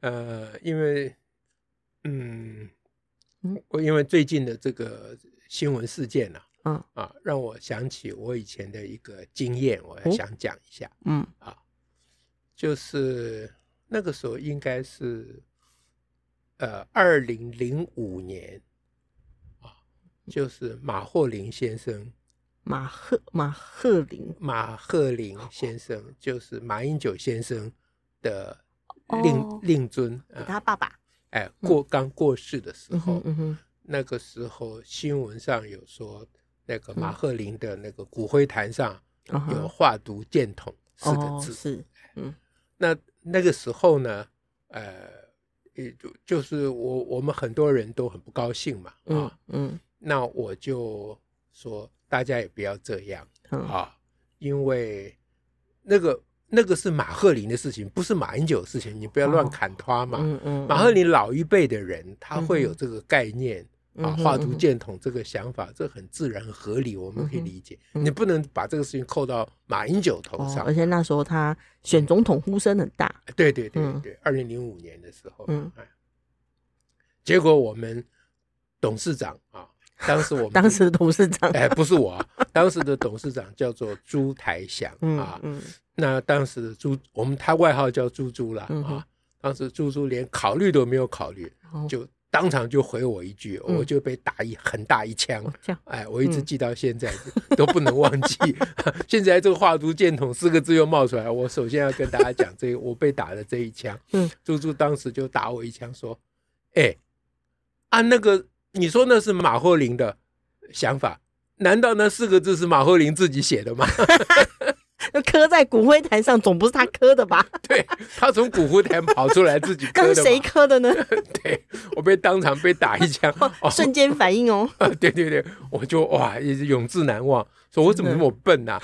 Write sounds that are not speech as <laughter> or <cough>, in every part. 呃，因为，嗯，我因为最近的这个新闻事件呢、嗯啊，啊，让我想起我以前的一个经验，我嗯想讲一下，嗯就是那个时候应该是，呃，二零零五年，啊，就是马霍林先生，马赫马赫林马赫林先生，就是马英九先生的令、哦令尊，啊他嗯爸爸，哎，过刚过世的时嗯候，哼嗯哼，那个时候新闻上有说，那个马赫林的那个骨灰坛上嗯哼有“画毒箭筒”四个哦字。是那那个时候呢，呃，也就就是我我们很多人都很不高兴嘛，啊，嗯嗯那我就说大家也不要这样嗯啊，因为那个那个是马赫林的事情，不是马英九的事情，你不要乱哦砍他嘛。嗯嗯，啊马赫林老一辈的人，他嗯哼会有这个概念。啊，嗯哼画图见筒这个想法，这很自然、很合理，我们可以理解。嗯你不能把这个事情扣到马英九头哦，上。而且那时候他选总统呼声很大，对对对嗯对，二零零五年的时候，嗯哎，结果我们董事长啊，当 <laughs> 时我们当时的董事 <laughs> 长，哎不是我啊，当时的董事长叫做朱台祥啊嗯，嗯那当时的朱，我们他外号叫猪猪啦嗯哼啊，当时猪猪连考虑都没有考虑，哦就当场就回我一句，嗯我就被打一很大一枪。哦这样，哎，我一直嗯记到现在、 <laughs> 都不能忘记。 <laughs> 现在这个“画竹箭筒”四个字又冒出来，我首先要跟大家讲这个我被打的这一枪。嗯，猪猪当时就打我一枪，说：“哎，啊那个，你说那是马霍林的想法，难道那四个字是马霍林自己写的吗？ <laughs> 刻在骨灰坛上，总不是他刻的 <laughs> 吧？对他从古湖坛跑出来自己刚刻的谁嘛。刻的 <laughs> 呢？对，我被当场被打一枪。哦，瞬间反应哦，对对对，我就哇，也是永志难忘。说我怎么那么笨呐、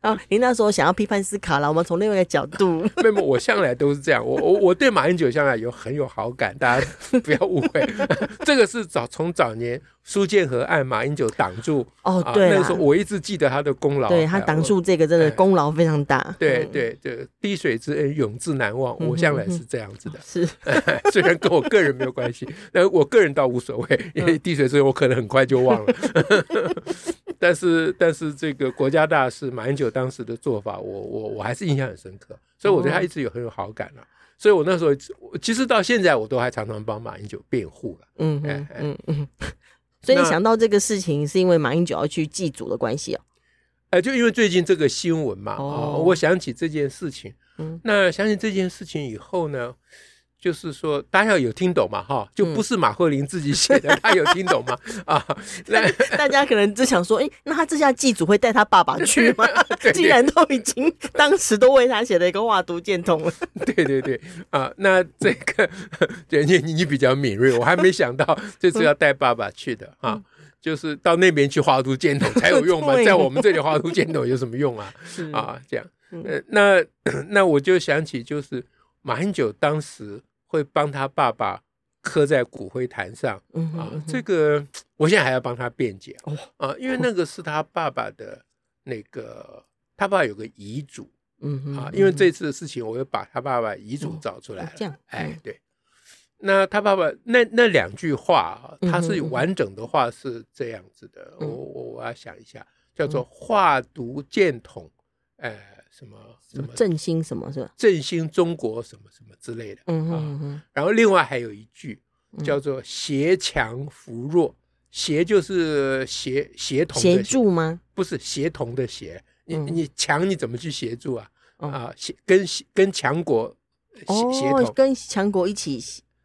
啊，您那时候想要批判思考了，我们从另外一个角度，那么我向来都是这样，我我我对马英九向来有很有好感，大家 <laughs> 不要误会，这个是早从早年苏建和案马英九挡住哦 <laughs> 啊，对那啦个时候我一直记得他的功劳，对他哎挡，住这个真的哎功劳非常大我，对对对，滴水之恩永志难忘，嗯我哼向来是这样子的，是， <laughs> 虽然跟我个人没有关 <laughs> 系，但我个人倒无所谓，嗯因为滴水之恩我可能很快就忘了。 <laughs> 但是，但是这个国家大事，马英九当时的做法，我我我还是印象很深刻，所以我对他一直有很有好感啊。所以我那时候一直，我其实到现在我都还常常帮马英九辩护了。嗯哎嗯哎嗯嗯。 <laughs> 所以你那想到这个事情，是因为马英九要去祭祖的关系哦。哎、就因为最近这个新闻嘛，啊、哦我想起这件事情。嗯那想起这件事情以后呢，就是说大家有听懂嘛？哈，就嗯不是马慧玲自己 <laughs> 写的，他有听懂吗？啊， <laughs> 那大家可能只想说，哎、那他这下祭祖会带他爸爸去吗？ <laughs> 对既然都已经当时都为他写了一个画毒箭筒了， <laughs> 对对对啊，那这个 <laughs> 对你你你比较敏锐，我还没想到这次要带爸爸去的啊，就是到那边去画图箭筒才有用嘛，嗯 <laughs> 对在我们这里画图箭筒有什么用啊？是，啊，这样， <laughs> 嗯呃，那那 <clears throat> 我就想起就是马英九当时会帮他爸爸刻在骨灰坛上嗯哼啊嗯，哼这个我现在还要帮他辩解哦啊，因为那个是他爸爸的那个，他爸有个遗嘱。嗯哼啊，因为这次的事情，我又把他爸爸遗嘱找出来哦这样了。哎嗯，对，那他爸爸那那两句话啊，嗯哼他是嗯哼完整的话是这样子的，我嗯我我要想一下，叫做化毒箭筒，呃，什么什么啊振兴什么是吧？振兴中国什么什么之类的。嗯哼啊嗯哼，然后另外还有一句嗯叫做协强扶弱，协就是协协同协的协助吗？不是协同的协，你嗯你强你怎么去协助啊？哦啊，协跟协跟强国协协哦，同，跟强国一起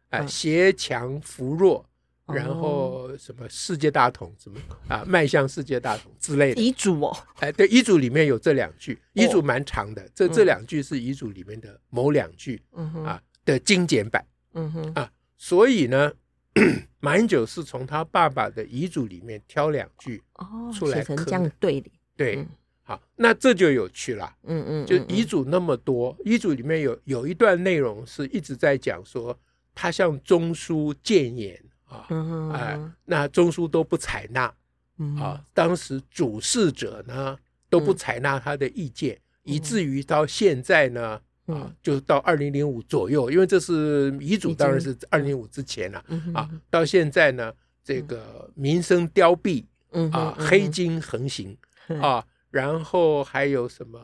啊，嗯协强扶弱，哦然后什么世界大同，什么啊，迈向世界大同之类的。遗嘱哦，哎，对，遗嘱里面有这两句，遗哦嘱蛮长的，这这两句是遗嘱里面的某两句嗯哼，啊。的精简版。嗯哼，啊，所以呢， <clears throat> 马英九是从他爸爸的遗嘱里面挑两句，哦，出来写成刻这样的对联，对，嗯好，那这就有趣了。嗯嗯，就嗯遗嘱那么多，遗嘱里面有有一段内容是一直在讲说，他向中枢谏言啊，嗯哼哎、那中枢都不采纳嗯哼啊，当时主事者呢都不采纳他的意见，以至于到现在呢。啊嗯，就到二零零五左右，因为这是遗嘱，已当然经是二零零五之前了、嗯哼啊，到现在呢，这个民生凋敝嗯哼啊，嗯黑哼金横行嗯啊，然后还有什么，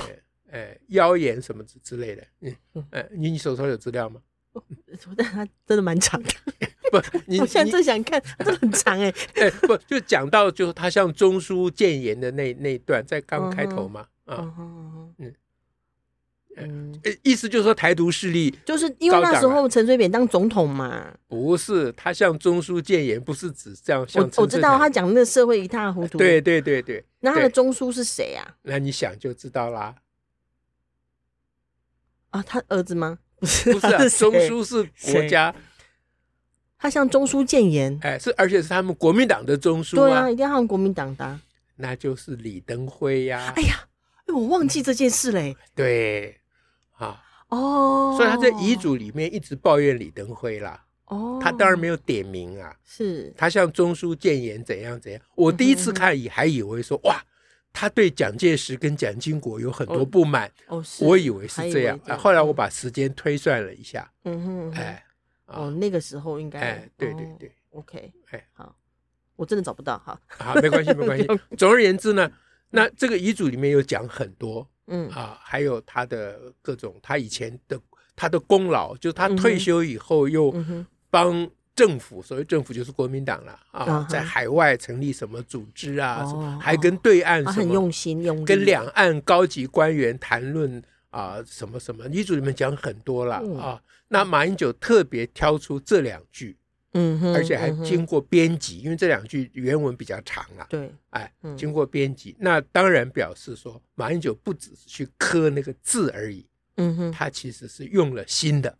哎哎，妖言什么之之类的，嗯嗯，哎，你你手头有资 <laughs> 料吗？但它真的蛮长的，不，你我现在你正想看，它真的很长哎，哎，不就讲到就是他向中枢谏言的那那一段，在刚开头嘛，啊，嗯哼嗯嗯嗯，哎意思就是说台独势力就是因为高那档时啊候陈水扁当总统嘛，不是他向中枢谏言，不是指这样向我我知道他讲那个社会一塌糊涂，对，对对对，那他的对中枢是谁啊？那你想就知道啦。啊，他儿子吗？不 <laughs> 是，不是、啊、他中谁，枢是国谁家，他向中枢谏言，哎，是而且是他们国民党的中枢对啊，啊，一定要他们国民党的啊。那就是李登辉呀、哎呀，哎我忘记这件事嘞。对啊，哎哦，所以他在遗嘱里面一直抱怨李登辉啦，哦，他当然没有点名啊，是他向中枢谏言怎样怎样。我第一嗯次看以还以为说哇，他对蒋介石跟蒋经国有很多哦不满，哦，是我以为还是这样、啊。后来我把时间推算了一下，嗯哼，嗯嗯哼哎哦啊，那个时候应该哎，对对哦对， ，OK，哎好，我真的找不到，好，啊，没关系没关 <laughs> 系不用。总而言之呢，那这个遗嘱里面有讲很多。嗯啊，还有他的各种他以前的他的功劳，就是嗯他哼退休以后又嗯哼，帮政府，所谓政府就是国民党了啊啊哈，在海外成立什么组织啊，哦什么还跟对岸他什啊很么用心用力跟两岸高级官员谈论啊什么什么，遗嘱里面讲很多了嗯啊。那马英九特别挑出这两句，嗯哼，而且还嗯哼经过编辑，因为这两句原文比较长啊，对，哎，嗯经过编辑，那当然表示说，马英九不只是去刻那个字而已，嗯哼他其实是用了心的，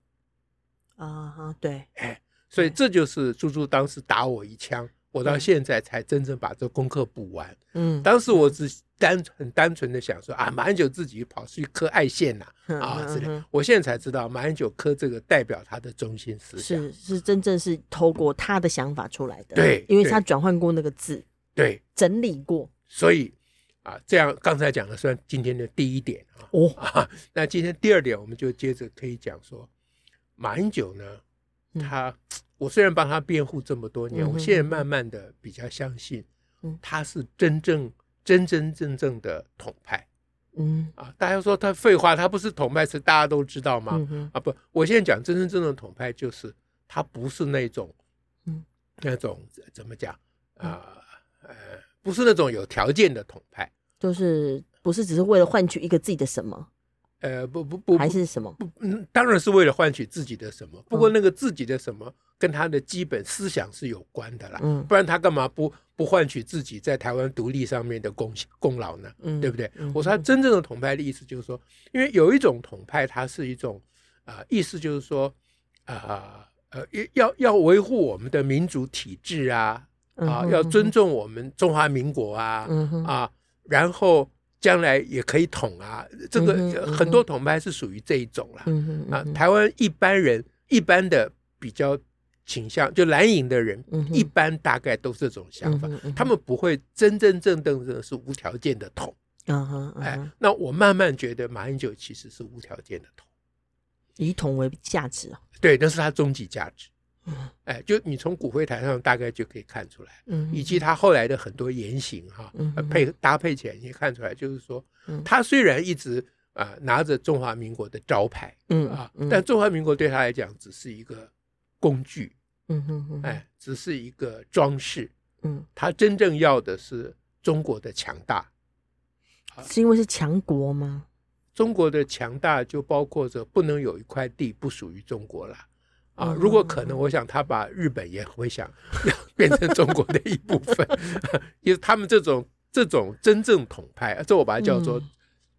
啊哈，对，哎，所以嗯这就是猪猪当时打我一枪，我到现在才真正把这功课补完。嗯，当时我只单很单纯的想说啊，马英九自己跑去刻爱线呐嗯啊之类嗯嗯，我现在才知道马英九刻这个代表他的中心思想，是是真正是透过他的想法出来的，对因为对他转换过那个字，对，整理过，所以啊，这样刚才讲的算今天的第一点啊。哦， <laughs> 啊，那今天第二点，我们就接着可以讲说，马英九呢，嗯他、我虽然帮他辩护这么多年，嗯哼我现在慢慢的比较相信嗯，他是真正真真正正的统派嗯啊。大家说他废话，他不是统派是大家都知道吗？嗯哼，啊，不，我现在讲真真正正的统派就是他不是那种，嗯，那种怎么讲啊、呃，不是那种有条件的统派。就是不是只是为了换取一个自己的什么，呃，不不不，还不是什么？嗯，当然是为了换取自己的什么。不过嗯那个自己的什么，跟他的基本思想是有关的啦。嗯不然他干嘛不不换取自己在台湾独立上面的功功劳呢？嗯对不啊对嗯？我说他真正的统派的意思就是说，因为有一种统派，它是一种啊、呃意思就是说啊呃要要维护我们的民主体制啊嗯啊、哼要尊重我们中华民国啊，嗯哼，啊，然后将来也可以统啊，这个嗯哼呃嗯哼很多统派是属于这一种啦。嗯哼，啊嗯，哼台湾一般人一般的比较倾向，就蓝营的人嗯，哼一般大概都是这种想法嗯哼嗯哼，他们不会真真正正的是无条件的统。嗯哼，嗯哎哼，那我慢慢觉得马英九其实是无条件的统，以统为价值哦，对，那是他终极价值嗯。哎，就你从骨灰坛上大概就可以看出来。嗯哼，以及他后来的很多言行哈、嗯呃哼配搭配起来，你也看出来，就是说嗯，他虽然一直啊、呃拿着中华民国的招牌嗯啊，嗯但中华民国对他来讲只是一个工具，嗯哼嗯哼，哎，只是一个装饰。嗯，他真正要的是中国的强大，是因为是强国吗？中国的强大就包括着不能有一块地不属于中国啦。啊，嗯如果可能，我想他把日本也会想 <laughs> 变成中国的一部分， <laughs> 因为他们这种这种真正统派，这我把它叫做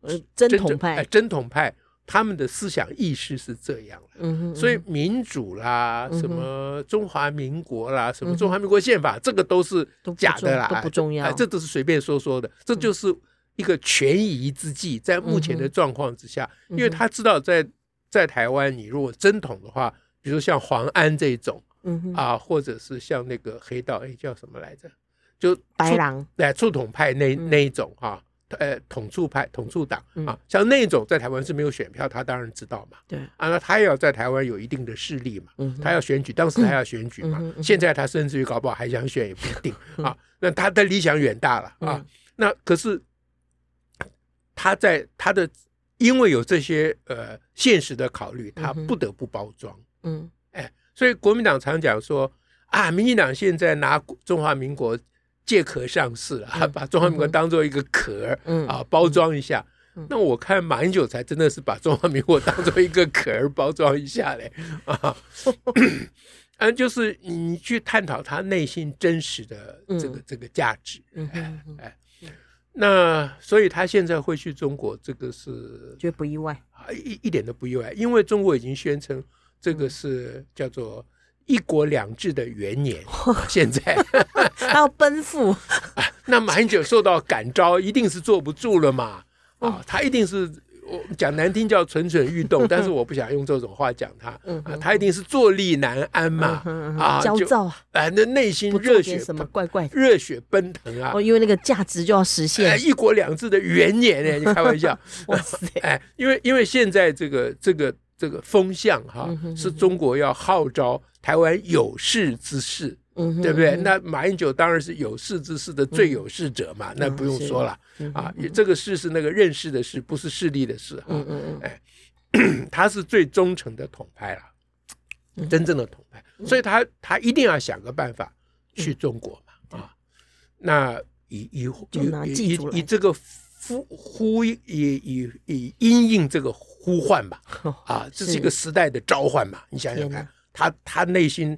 呃，真真统正哎派，真统派他们的思想意识是这样的。嗯哼，所以民主啦，嗯哼什么中华民国啦，什嗯么哼中华民国宪法，这个都是都不假的重啦，都不重要哎这都是随便说说的，这就是一个权宜之计。在目前的状况之下，嗯哼因为他知道在在台湾，你如果真统的话，比如说像黄安这种嗯哼，啊，或者是像那个黑道，哎，叫什么来着？就白出狼，哎，促统派那嗯那一种啊，呃，统促派、统促党嗯啊，像那种在台湾是没有选票，他当然知道嘛。对啊，那他也要在台湾有一定的势力嘛，嗯哼，他要选举，当时他要选举嘛嗯哼嗯，哼现在他甚至于搞不好还想选也不一定啊。那他的理想远大了啊嗯，那可是他在他的因为有这些呃现实的考虑，他嗯哼不得不包装。嗯哎，所以国民党常讲说啊，民进党现在拿中华民国借壳上市了，啊嗯 <laughs> 把中华民国嗯哼当做一个壳儿嗯啊，包装一下嗯。那我看马英九才真的是把中华民国当做一个壳儿包装一下嘞 <laughs> 啊，啊，就是你去探讨他内心真实的这个、这个价值。嗯哼嗯哼，那所以他现在会去中国，这个 <laughs> 是绝不意外。啊，一一点都不意外，因为中国已经宣称这嗯个是叫做“一国两制”的 <laughs> 元年。现在，还要奔赴，那马英九受到感召，一定是坐不住 <laughs> 了嘛？哦啊，他一定是我讲难听叫蠢蠢欲动，<laughs> 但是我不想用这种话讲他嗯啊，他一定是坐立难安嘛嗯哼嗯哼啊，焦就躁啊，啊，那内心不热做血点什么怪怪的。热血奔腾啊哦，！因为那个价值就要实哎，现，一国两制的元年呢？你开玩笑？哇 <laughs> 塞，哎，因为因为现在这个这个这个风向哈嗯哼嗯，哼是中国要号召台湾有识之士，嗯哼，对不对？嗯哼那马英九当然是有识之士的最有识者嘛，那不用说了嗯啊。也这个士是那个认识的士，不是势力的士啊嗯。嗯嗯，他是最忠诚的统派了，嗯真正的统派，所以他他一定要想个办法去中国嘛啊。那以以嗯就拿以祭以祖来以这个呼呼以以以因应这个呼唤吧哦啊，这是是一个时代的召唤嘛。你想想天看哪，啊他他内心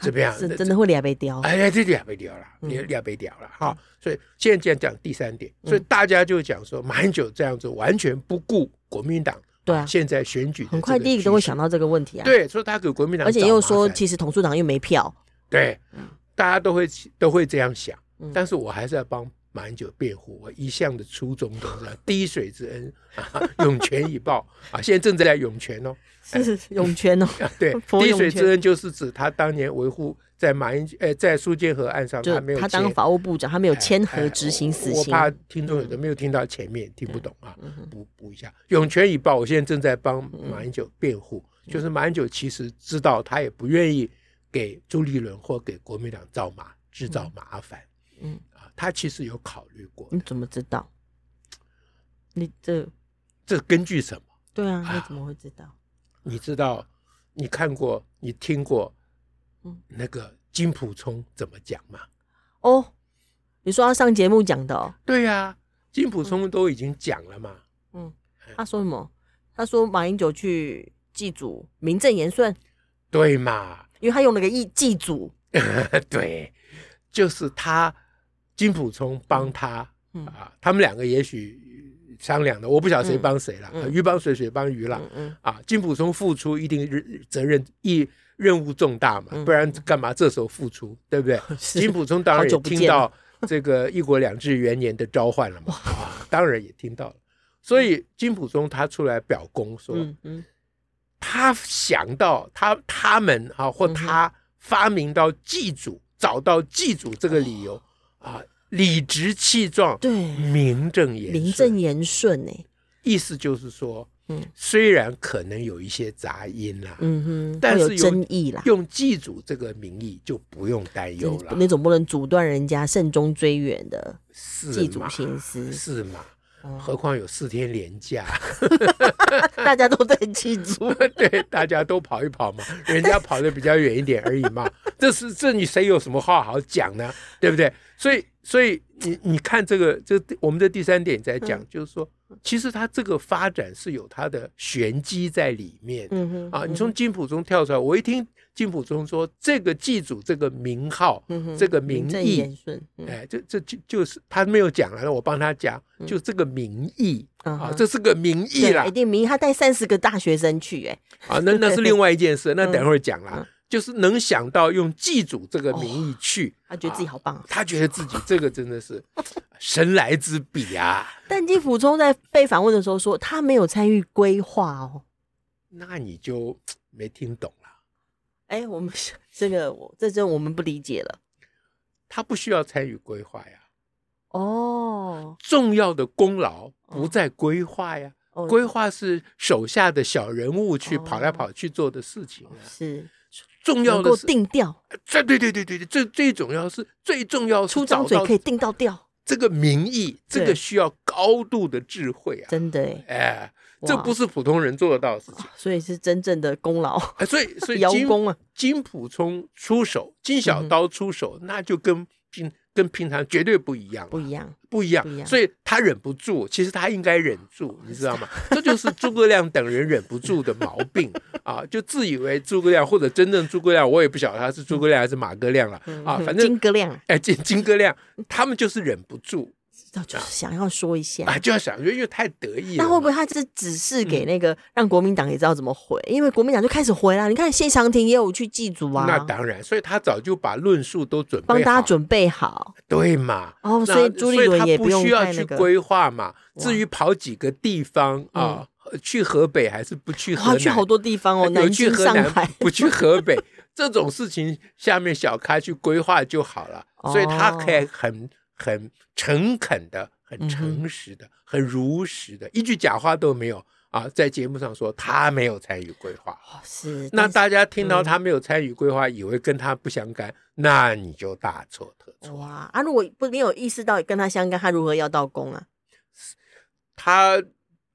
怎么样？是真的嗯会俩被雕，哎呀，这俩被掉了，也俩被掉了哈。所以现在这样讲第三点，嗯所以大家就讲说马英九这样子完全不顾国民党对啊，现在选举的很快这第一个都会趋势想到这个问题啊，，对，说他给国民党找麻而烦，且又说其实统促党又没票，对嗯，大家都会都会这样想嗯，但是我还是要帮马英九辩护，我一向的初衷都是这样滴水之恩，啊、 <laughs> 涌泉以报啊，现在正在涌泉哦，是涌泉哦，啊对，佛滴涌水泉之恩就是指他当年维护在马英呃在苏建河岸上，就他没有他当签法务部长，他没有哎签哎和执行死我我刑，嗯怕听众有的没有听到前面，听不懂啊，补补一下。涌泉以报，我现在正在帮马英九辩护，嗯就是马英九其实知道他也不愿意给朱立伦或给国民党造麻制造麻烦，嗯啊，他其实有考虑过，你怎么知道？你这这根据什么？对啊，你怎么会知道？你知道，你看过，你听过嗯，那个金溥聪怎么讲吗？哦，你说要上节目讲的哦，对呀、金溥聪都已经讲了嘛，嗯，他说什么？他说马英九去祭祖，名正言顺，对嘛？因为他用了个祭祭祖， <laughs> 对，就是他金溥聪帮他、嗯啊，他们两个也许商量的，我不晓得谁帮谁了，嗯呃鱼帮水，水帮鱼了、嗯嗯啊。金溥聪付出一定任责任一任务重大嘛嗯，不然干嘛这时候付出，对不对？ <laughs> 是金溥聪当好然久也不听见到这个一国两制元年的召唤了嘛，啊，当然也听到了。所以金溥聪他出来表功说，嗯嗯他想到他他们啊，或嗯哼他发明到祭祖，找到祭祖这个理由啊，理直气壮，哦对名正言顺名正言顺欸呢、意思就是说，嗯虽然可能有一些杂音啦，嗯哼，但会有是有争议啦，用祭祖这个名义就不用担忧了，你总不能阻断人家慎终追远的是祭祖嘛心思，是嘛？嗯何况有四天连假， <laughs> 大家都在祭祖， <laughs> 对，大家都跑一跑嘛，人家跑的比较远一点而已嘛，这是这你谁有什么话好讲呢？对不对？所以所以你你看这个，这我们的第三点在嗯讲，就是说，其实它这个发展是有它的玄机在里面嗯哼啊。你从金普中跳出来，我一听金普中说这个祭祖这个名号，嗯哼这个名正义言，顺，嗯哎，这这就就是他没有讲了，我帮他讲，嗯就这个名义啊啊哈，这是个名义对啦一定明，他带三十个大学生去，哎，啊，那那是另外一件事，那等会儿讲嗯啦。就是能想到用祭祖这个名义去，他觉得自己好棒啊。他觉得自己这个真 <laughs> 的是神来之笔啊。但金溥聪在被访问的时候说，他没有参与规划哦。那你就没听懂了。哎，我们这个我这真我们不理解了。他不需要参与规划呀，哦，重要的功劳不在规划呀，哦规划是手下的小人物去哦跑来跑去做的事情啊。是重要能的够是，定调，这对对对对对，最最重要是最重要是出找张嘴到可以定到调，这个民意，这个需要高度的智慧啊，真的哎，哎，哇 <laughs> 这不是普通人做得到的事 <laughs> 情。所以是真正的功劳，哎所以所以邀金功啊，金普聪出手，金小嗯哼刀出手，那就跟平跟平常绝对 <laughs> 不一样了，不一样。不一样不一，样哦所以他忍不住，其实他应该忍住，你知道吗？啊这就是诸葛亮等人忍不住的毛 <laughs> 病啊！就自以为诸葛亮或者真正诸葛亮，我也不晓得他是诸葛亮还是马哥亮了啊，嗯反正金。哥亮啊哎，金金哥亮，他们就是忍不住就是想要说一下，啊，就要想，因为因为太得意了那嘛。会不会他这只是嗯给那个让国民党也知道怎么回？因为国民党就开始回啦。你看谢长廷也有去祭祖啊，那当然，所以他早就把论述都准备帮大家好准备好。对嘛？哦，那所以朱立伦也所以他不用需要太去那个。规划嘛。哇嗯至于跑几个地方啊，去河北还是不去河哇，南？哎去好多地方哦，有南去京、河上南海不去河北，这种事情下面小咖去规划就好了。哦所以他可以很很诚恳的、嗯很诚实的、很如实的，一句假话都没有啊，在节目上说他没有参与规划。哦 <laughs> 是那但是嗯大家听到他没有参与规划，以为跟他不相干，那你就大错特错。哇啊！如果不没有意识到跟他相干，他如何要到功啊？他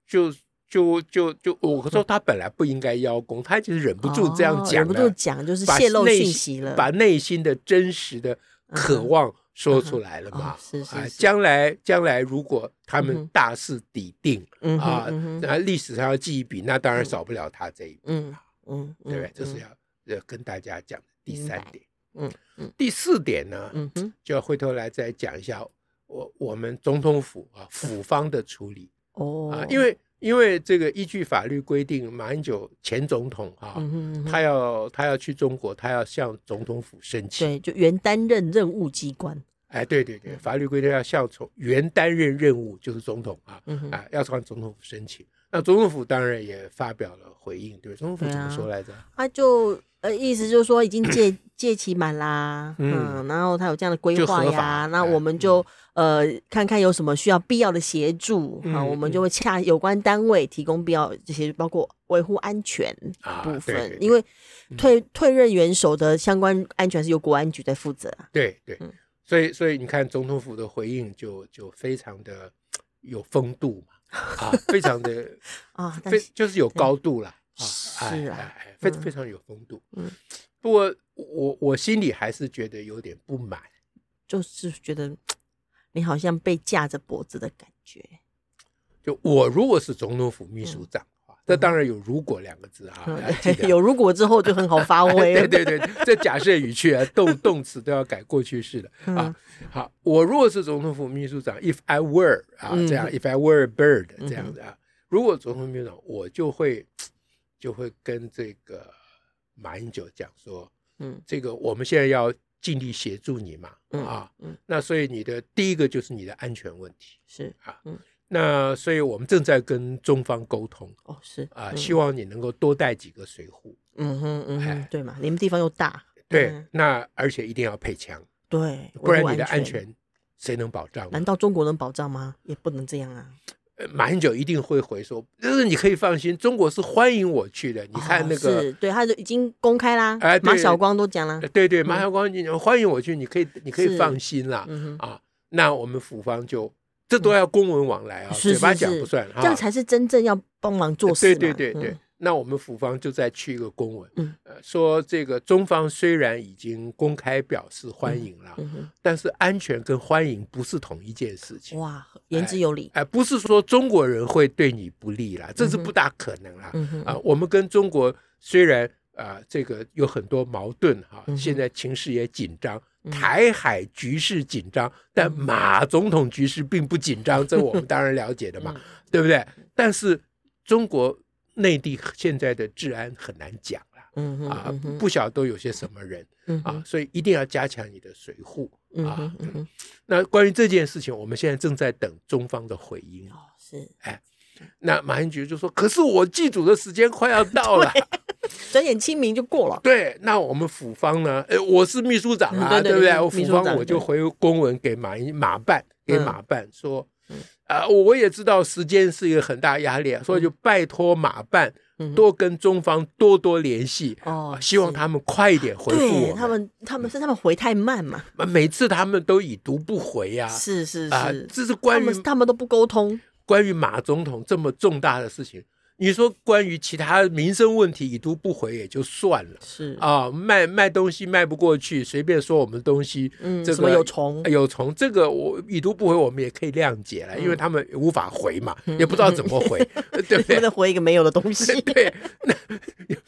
就就就就我说他本来不应该邀功，他就是忍不住这样嗯哦讲忍不的，住讲，就是把泄露内讯心息了。嗯把内心的真实的渴望说出来了哦嘛。是是啊，是，将来将来如果他嗯们哼大势已定嗯哼啊嗯，哼那历史上要记一笔，那当然嗯少不了他这一笔，嗯嗯，对不对嗯？这是嗯要呃跟大家讲的第明三白点。嗯嗯，第四点呢，嗯哼就要回头来再讲一下我我们总统府嗯啊府方的处理。啊哦，，因为因为这个依据法律规定，马英九前总统啊，嗯哼嗯哼他要他要去中国，他要向总统府申请。对，嗯就原担任任务机关。哎，对对对，法律规定要向从原担任任务就是总统啊，嗯哼啊，要向总统府申请。那总统府当然也发表了回应，对不对，总统府对怎么啊说来着？他就呃，意思就是说已经 <clears throat> 借借期满啦，嗯嗯，然后他有这样的规就划合呀法，那哎我们就呃看看有什么需要必要的协助啊，嗯我们就会洽有关单位提供必要这些，包括维护安全啊部对对分对，嗯因为退退任元首的相关安全是由国安局在负责啊，对对嗯，所以所以你看总统府的回应就就非常的有风度嘛， <laughs> 啊，非常的啊，但非是就是有高度啦，啊，是哎啊哎哎非嗯非常有风度。嗯，不过我我心里还是觉得有点不满。就是觉得你好像被架着脖子的感觉，就我如果是总统府秘书长的话，这当然有“如果”两个字啊，大家 <laughs> 记得嗯啊有如果之后就很好发挥了，<laughs> 对对对，这假设语句啊，动动词都要改过去式的嗯啊。好，我如果是总统府秘书长，if I were 啊，嗯这样，if I were a bird 嗯哼这样子啊，如果总统秘书长，我就会就会跟这个马英九讲说，嗯这个我们现在要尽力协助你嘛，嗯啊，嗯那所以你的第一个就是你的安全问题，是那所以我们正在跟中方沟通哦是啊，嗯希望你能够多带几个水壶，嗯哼嗯哼哎，对嘛，你们地方又大，对，嗯那而且一定要配枪，对，不然维护你的安全谁能保障呢？难道中国能保障吗？也不能这样啊！呃马英九一定会回说，但是你可以放心，中国是欢迎我去的。你看那哦个，是对，他就已经公开啦，哎对马晓光都讲啦呃，对对，马晓光你欢迎我去，你可以你可以嗯是放心啦嗯啊。那我们府方就这都要公文往来啊，是嘴巴是讲是不算啊，哎哼，这样才是真正要帮忙做事嘛。对对对对，嗯那我们府方就再去一个公文，嗯呃，说这个中方虽然已经公开表示欢迎了，嗯哼但是安全跟欢迎不是同一件事情。哇，言之有理。哎、不是说中国人会对你不利啦，这是嗯不哼大可能啦。嗯哼，啊，我们跟中国虽然啊、这个有很多矛盾哈、嗯哼现在情势也紧张，嗯台海局势紧张，但马总统局势并不紧张，这我们当然了解的嗯嘛，对不对？但是中国内地现在的治安很难讲了嗯哼，啊嗯哼，不晓得都有些什么人嗯哼啊，所以一定要加强你的水护。嗯啊哼，嗯哼，那关于这件事情，我们现在正在等中方的回应。哦，是那马英九就说：“可是我祭祖的时间快要到了。”转眼清明就过了。对，那我们府方呢？呃，我是秘书长啊，嗯对对不对对？我秘府书方长我就回公文给马英马办，给嗯马办说嗯，啊，我也知道时间是一个很大压力，啊，所以就拜托马办嗯多跟中方多多联系。哦啊，希望是他们快一点回复对我嗯他们，他们是他们回太慢嘛？们。每次他们都已读不回呀、是是啊，是，这是他关于嗯们他们都不沟通。关于马总统这么重大的事情。你说关于其他民生问题已读不回也就算了，是，啊，卖卖东西卖不过去，随便说我们东西，嗯，这个什么有虫呃？有从这个我已读不回，我们也可以谅解了，因嗯为他们无法回嘛，也不知道怎么 <laughs> 回，呃对不 <laughs> 不对？能回一个没有的东西。 <laughs> 对，那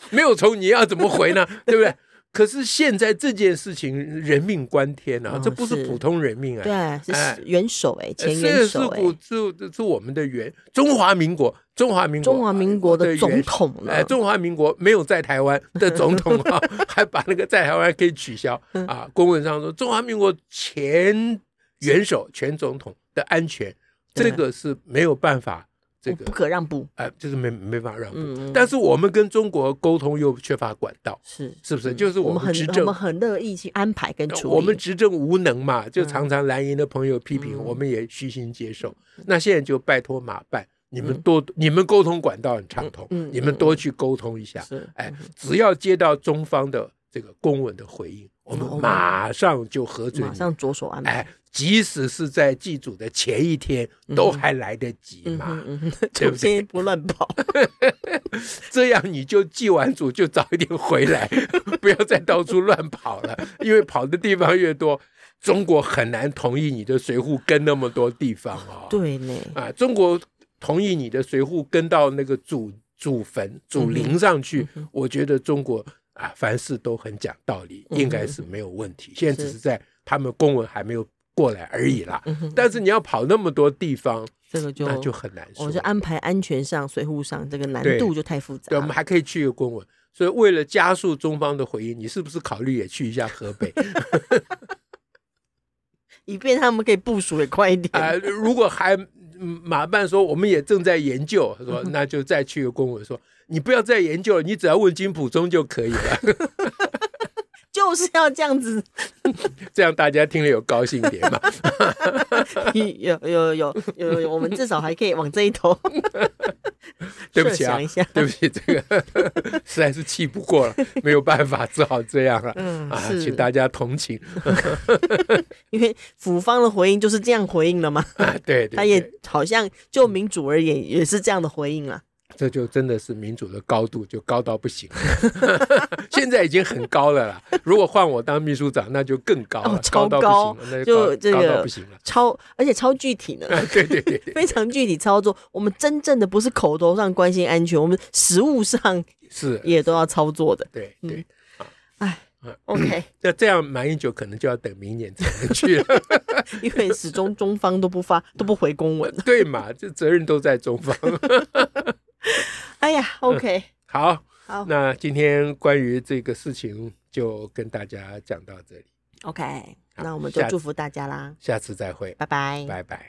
没有从你要怎么回呢？对不对？可是现在这件事情人命关天啊，嗯这不是是普通人命啊， <laughs> 对，哎是元首哎，呃前这个元是首哎，古是是我们的元中华民国，中华民国，中华民国的元总统呢哎，？中华民国没有在台湾的总统 <laughs> 啊，还把那个在台湾给取消嗯啊。公文上说，中华民国前元首、前总统的安全，对这个是没有办法，这我个不可让步。哎，就是没没办法让步。嗯，嗯但是我们跟中国沟通又缺乏管道，是是不是嗯就是我我们们很执我政呃们很乐意去安排跟处理。我们执政无能嘛，就嗯常常蓝营的朋友批评，嗯我们也虚心接受。那现在就拜托马办，你们嗯多你们沟通管道很畅通嗯嗯，你们嗯多去沟通一下。是哎，只要接到中方的这个公文的回应，我哦们马上就核准马你。上着手安排。哎，即使是在祭祖的前一天，都还来得及嗯嘛哼。嗯哼，对祖不对先不乱 <laughs> 跑。这样你就祭完祖就早一点回来， <laughs> 不要再到处乱跑了， <laughs> 因为跑的地方越多，中国很难同意你的随扈跟那么多地方哦。对呢，啊，中国同意你的随扈跟到那个祖祖嗯坟、祖陵上去，我觉得中国啊，凡事都很讲道理，嗯哼应该是没有问题。现在只是是在他们公文还没有过来而已啦。嗯哼，但是你要跑那么多地方，这个就那就很难说我。就啊安排安全上、随护上，这个难对度就太复对，杂我们了。还可以去一个公文。所以为了加速中方的回应，你是不是考虑也去一下河北？ <laughs> 以便他们可以部署也快一点。啊、如果还嗯马办说我们也正在研究， <laughs> 说那就再去个公文说，你不要再研究了，你只要问金普中就可以了，就是要这样 <laughs> 子，这样大家听了有高兴一点 <laughs> 嘛。有有有有有有，我们至少还可以往这一头对不起设啊想一下，对不起，这个 <laughs> 实在是气不过了，没有办法，只好这样了。嗯啊，是请大家同情因为府方的回应就是这样回应了嘛，啊！对对对，他也好像就民主而言也是这样的回应了。这就真的是民主的高度，就高到不行。 <laughs> 现在已经很高了啦，如果换我当秘书长，那就更高了，哦超高到不行了，那就高这高到个不行了。啊超，而且超具体 <laughs> 呢，对对对对，非常具体操作。我们真正的不是口头上关心安全，我们实物上是，也都要操作的。对嗯对。哎嗯，OK，那这样马英九可能就要等明年才能去了， <laughs> 因为始终中方都不发都不回公文。对嘛？这责任都在中方。哎呀，OK，嗯好，好那今天关于这个事情就跟大家讲到这里， ，OK，那我们就下次祝福大家啦，下次再会，拜拜。拜拜。